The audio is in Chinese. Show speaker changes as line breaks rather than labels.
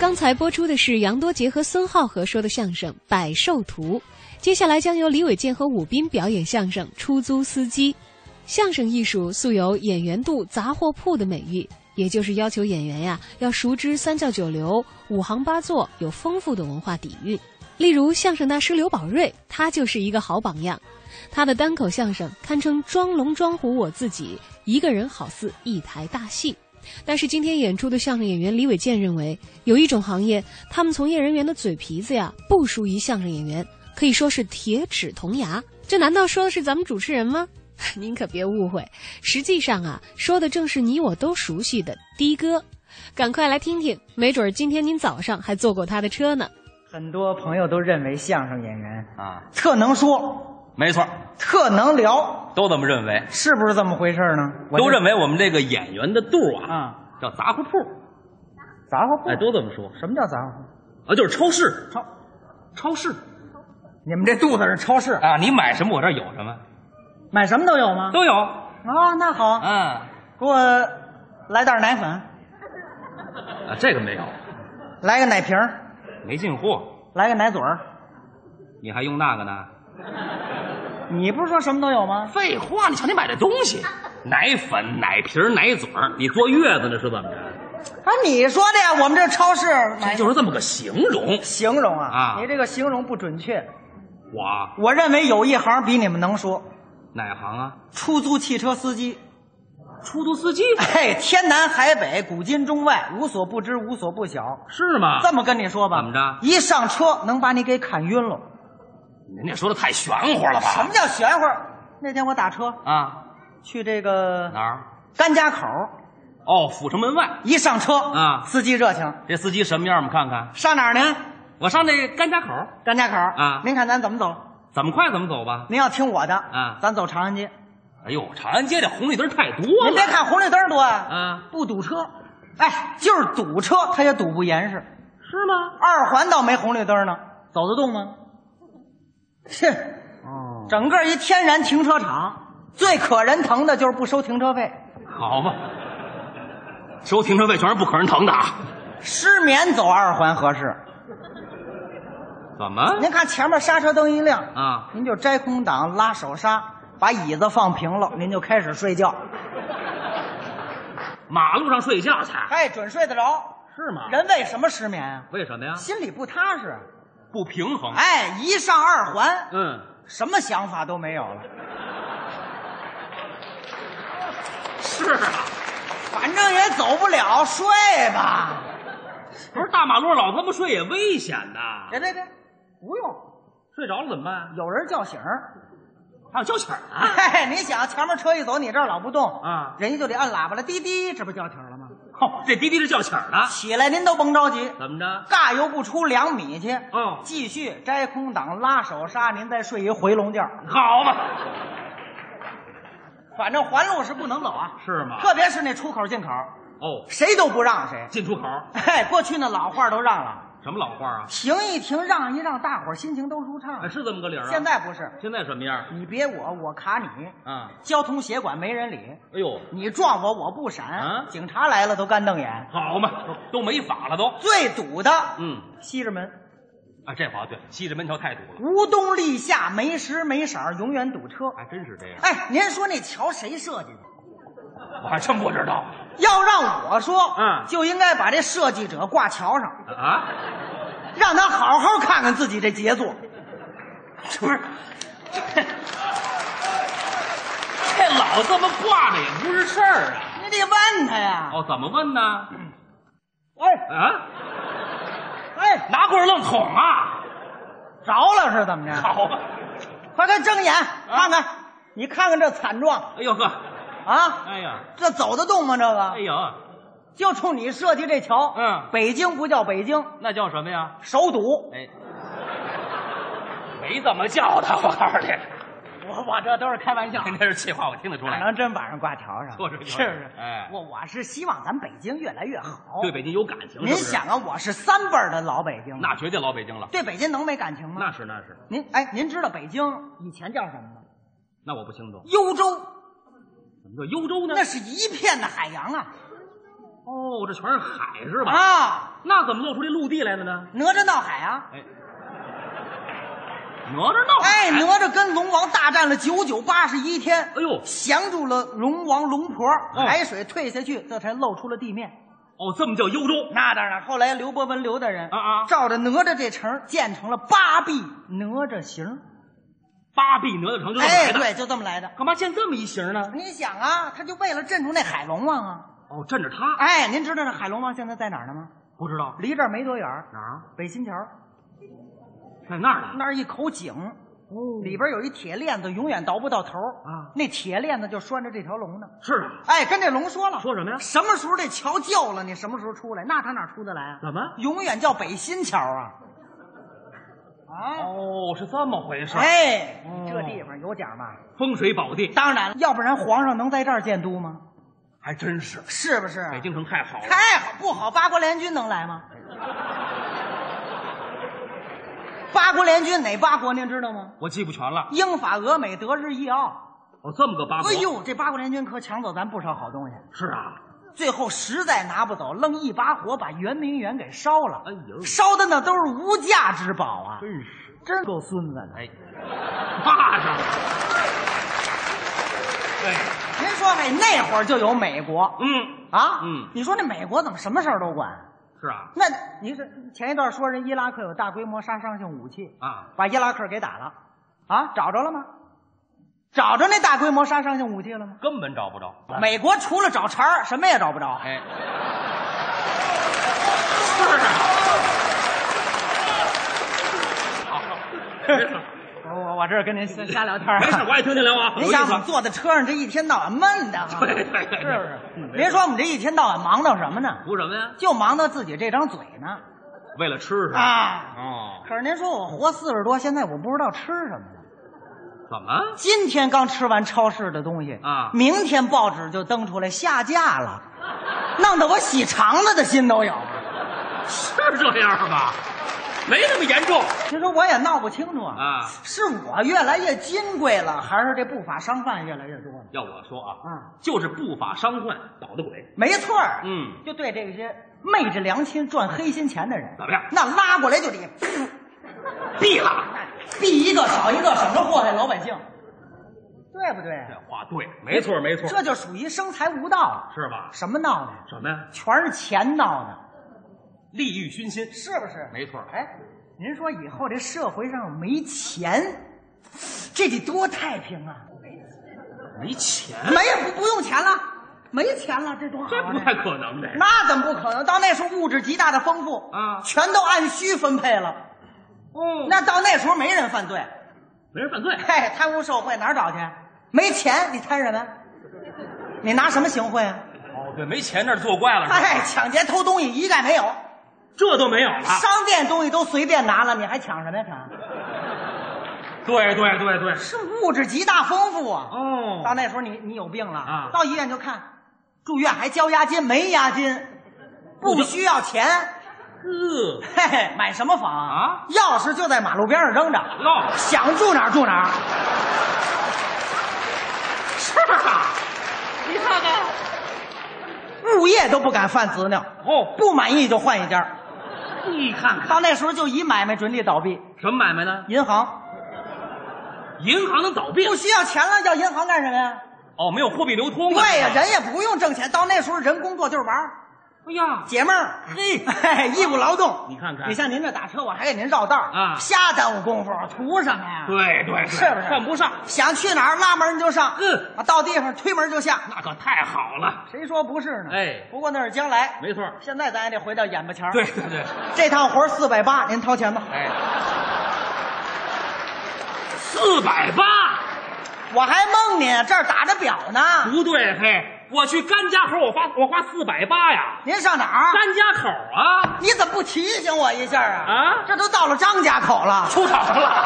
刚才播出的是杨多杰和孙浩和说的相声《百寿图》，接下来将由李伟健和武斌表演相声《出租司机》。相声艺术素有“演员肚杂货铺”的美誉，也就是要求演员呀要熟知三教九流、五行八作，有丰富的文化底蕴。例如相声大师刘宝瑞，他就是一个好榜样。他的单口相声堪称装聋装虎我自己，一个人好似一台大戏。但是今天演出的相声演员李伟健认为，有一种行业，他们从业人员的嘴皮子呀不输于相声演员，可以说是铁齿铜牙。这难道说的是咱们主持人吗？您可别误会，实际上啊，说的正是你我都熟悉的的哥。赶快来听听，没准儿今天您早上还坐过他的车呢。
很多朋友都认为相声演员
啊，
特能说，
没错，
特能聊，
都这么认为，
是不是这么回事呢？我
都
就
认为我们这个演员的肚啊，
啊，
叫杂货铺，
杂货铺。
哎，都这么说
什么叫杂货铺？
啊，就是超市，
超，
超市
你们这肚子是超市，
啊，你买什么我这儿有什么
买什么都有吗？
都有，
啊，那好，
啊，
给我来袋奶粉，
啊，这个没有，
来个奶瓶儿，
没进货，
来个奶嘴儿。
你还用那个呢？
你不是说什么都有吗？
废话，你瞧你买的东西，奶粉、奶瓶、奶嘴儿你坐月子呢是怎么着？
啊，你说的呀，我们这超市买
这就是这么个形容。
形容啊，
啊
你这个形容不准确。
我
我认为有一行比你们能说，
哪行啊？
出租汽车司机。
出租司机
嘿，哎天南海北，古今中外，无所不知，无所不晓。
是吗？
这么跟你说吧，
啊怎么着啊
一上车能把你给砍晕了。
您这说的太玄乎了吧？
什么叫玄乎？那天我打车
啊？
去这
哪
个
儿？
甘家口，
哦，阜成门外。
一上车
啊
司机热情，
这司机什么样？我们看看。
上哪儿您？
我上那甘家口，
甘家口
啊
您看咱怎么走？
怎么快怎么走吧。
您要听我的
啊
咱走长安街。
哎呦，长安街这红绿灯太多了。
您别看红绿灯多啊，
啊，
不堵车，哎，就是堵车，它也堵不严实。
是吗？
二环倒没红绿灯呢，走得动吗？是。
哦，
整个一天然停车场，最可人疼的就是不收停车费。
好吧，收停车费全是不可人疼的啊。
失眠走二环合适。
怎么？
您看前面刹车灯一亮，
啊，
您就摘空挡、拉手刹，把椅子放平了，您就开始睡觉。
马路上睡觉去？
哎，准睡得着。
是吗？
人为什么失眠啊？
为什么呀？
心里不踏实。
不平衡。
哎，一上二环，
嗯，
什么想法都没有了。
是啊，
反正也走不了，睡吧。
不是大马路上老这么睡也危险呐。
别别别，不用，
睡着了怎么办？
有人叫醒儿。
还有交警啊？
哎，你想前面车一走，你这儿老不动
啊
人家就得按喇叭了，滴滴，这不叫停了吗？
哦，这滴滴是叫警的。
起来，您都甭着急，
怎么着？
尬游不出两米去，
哦
继续摘空挡、拉手刹，您再睡一回笼觉。
好吧，
反正环路是不能走啊，
是吗？
特别是那出口进口，
哦，
谁都不让谁。
进出口
哎，过去那老话都让了，
什么老话啊？
停一停，让一让，大伙儿心情都舒畅。
哎，是这么个理儿啊。
现在不是，
现在什么样
你别我，我卡你，
啊？
交通协管没人理，
哎呦，
你撞我我不闪，
啊
警察来了都干瞪眼。
好嘛，都没法了都。
最堵的
嗯，
西直门，
啊，这话对，西直门桥太堵了，
无冬立夏，没时没色儿，永远堵车。
还真是这样。
哎，您说那桥谁设计的？
我还真不知道
要让我说，
嗯
就应该把这设计者挂桥上，
啊，
让他好好看看自己这杰作。
是不是？这老这么挂着也不是事儿啊。
你得问他呀。
哦，怎么问呢？
哎
啊，
哎，
拿棍儿愣捅啊？
着了是怎么着？
好啊吧，
快快睁眼看看，你看看这惨状
哎呦呵，
啊！
哎呀，
这走得动吗？这
哎
个
呦，
就冲你设计这桥，
嗯
北京不叫北京，
那叫什么呀？
首堵。
哎，没这么叫他，我告诉你，
我我这都是开玩笑
您这是气话，我听得出
反
来。
正真把人挂桥上，
说是
是不是？
哎
我我是希望咱北京越来越好。
对北京有感情，
您
是不是
想啊，我是三辈儿的老北京，
那绝对老北京了。
对北京能没感情吗？
那是那是，
您哎，您知道北京以前叫什么吗？
那我不清楚。
幽州，
怎么叫幽州呢？
那是一片的海洋啊！
哦，这全是海是吧？
啊，
那怎么露出这陆地来了呢？
哪吒闹海啊！
哎，哪吒闹海，
哎，哪吒跟龙王大战了九九八十一天，
哎呦，
降住了龙王龙婆，
嗯
海水退下去，这才露出了地面。
哦，这么叫幽州
那当然，后来刘伯温刘大人
啊啊
照着哪吒这城儿建成了八臂哪吒形。
八臂哪吒城就这么
哎，
来的。
对，就这么来的。
干嘛建这么一形呢？
你想啊，他就为了镇住那海龙王啊。
哦，镇着他，
哎，您知道这海龙王现在在哪儿呢吗？
不知道
离这儿没多远儿，
哪儿，
北新桥
在那儿呢。
那儿一口井，里边有一铁链子，永远倒不到头儿
哦啊
那铁链子就拴着这条龙呢。
是啊，
哎，跟这龙说了，
说什么呀
什么时候这桥叫了，你什么时候出来？那他哪出得来啊？
怎么？
永远叫北新桥啊！啊，
哦，是这么回事。，
哎
哦，
这地方有点嘛。
风水宝地，
当然了，要不然皇上能在这儿建都吗？哎
还真是。
是不是？
北京城太好了，
太好不好？八国联军能来 吗？八国联军哪八国您知道吗？
我记不全了。
英法俄美德日意奥。
哦，这么个八国。
哎呦，这八国联军可抢走咱不少好东西，
是啊，
最后实在拿不走，愣一把火把圆明园给烧了。
哎呦
烧的那都是无价之宝啊！
真是。
真够孙子的。
哎，骂上了。哎，
您说，嘿，那会儿就有美国
嗯，
啊？
嗯
你说那美国怎么什么事儿都管？
是啊，
那你是前一段说人伊拉克有大规模杀伤性武器，
啊，
把伊拉克给打了，啊，找着了吗？找着那大规模杀伤性武器了吗？
根本找不着。
美国除了找茬儿，什么也找不着。
哎，是啊。好，没事。
我我我这儿跟您瞎瞎聊天儿
没事，我爱听您聊啊。
您想我们坐在车上这一天到晚闷的哈，
对对对对
是不是
嗯？没
别说我们这一天到晚忙叨什么呢，
图什么呀？
就忙叨自己这张嘴呢
为了吃是吧？
啊。
哦，
可是您说我活四十多，现在我不知道吃什么了。
怎么？
今天刚吃完超市的东西
啊
明天报纸就登出来下架了，弄得我洗肠子的心都有。
是这样吧？没那么严重
其实我也闹不清楚啊，
啊。
是我越来越金贵了，还是这不法商贩越来越多了？
要我说啊，
啊，
就是不法商贩捣的鬼。
没错儿，
嗯，
就对这些昧着良心赚黑心钱的人，
怎么样
那拉过来就得
毙了。
毙一个少一个，省着祸害老百姓，对不对？
这话对，没错没错，
嗯这就属于生财无道，
是吧？
什么闹的？
什么呀？
全是钱闹的。
利欲熏心，
是不是？
没错
哎，您说以后这社会上没钱，这得多太平啊！
没钱，
没不不用钱了，没钱了，这多好
这
啊！
不太可能的。
那怎么不可能？到那时候物质极大的丰富
啊
全都按需分配了。
哦
那到那时候没人犯罪，
没人犯罪，
嘿，贪污受贿哪儿找去？没钱你贪什么？你拿什么行贿啊？
哦，对，没钱那是作怪了，是吧
哎，抢劫偷东西一概没
啊
有，
这都没有了。
商店东西都随便拿了，你还抢什么呀？抢
嗯对对对对，
是物质极大丰富啊！到
哦，
那时候你你有病了
啊
到医院就看，住院还交押金，没押金，不需要钱，
呵，
嘿嘿，买什么房
啊？
钥匙就在马路边上扔着，
哟，
想住哪儿住哪儿。
是啊，你看看，
物业都不敢犯子女，
哦，
不满意就换一家。
你看看
到那时候就以买卖准地倒闭，
什么买卖呢？
银行
银行能倒闭
不需要钱了，要银行干什么呀？
哦，没有货币流通啊。
对呀、人也不用挣钱，到那时候人工作就是玩儿
哎呀，
解闷儿，嘿，义务劳动。
你看看
你像您这打车，我还给您绕道儿
啊
瞎耽误功夫，图什么呀？
对对，对
是不是
犯不上？
想去哪儿拉门就上，
嗯
啊，到地方推门就下，
那可太好了，
谁说不是呢？
哎
不过那是将来，
没错。
现在咱也得回到眼巴前儿
对，对对，
这趟活四百八，您掏钱吧，
哎，四百八，
我还蒙您，这儿打着表呢。
不对，嘿，我去甘家口，我花我花四百八呀，
您上哪儿？
甘家口啊，
你怎么不提醒我一下啊？
啊哎
这都到了张家口了，
出场了，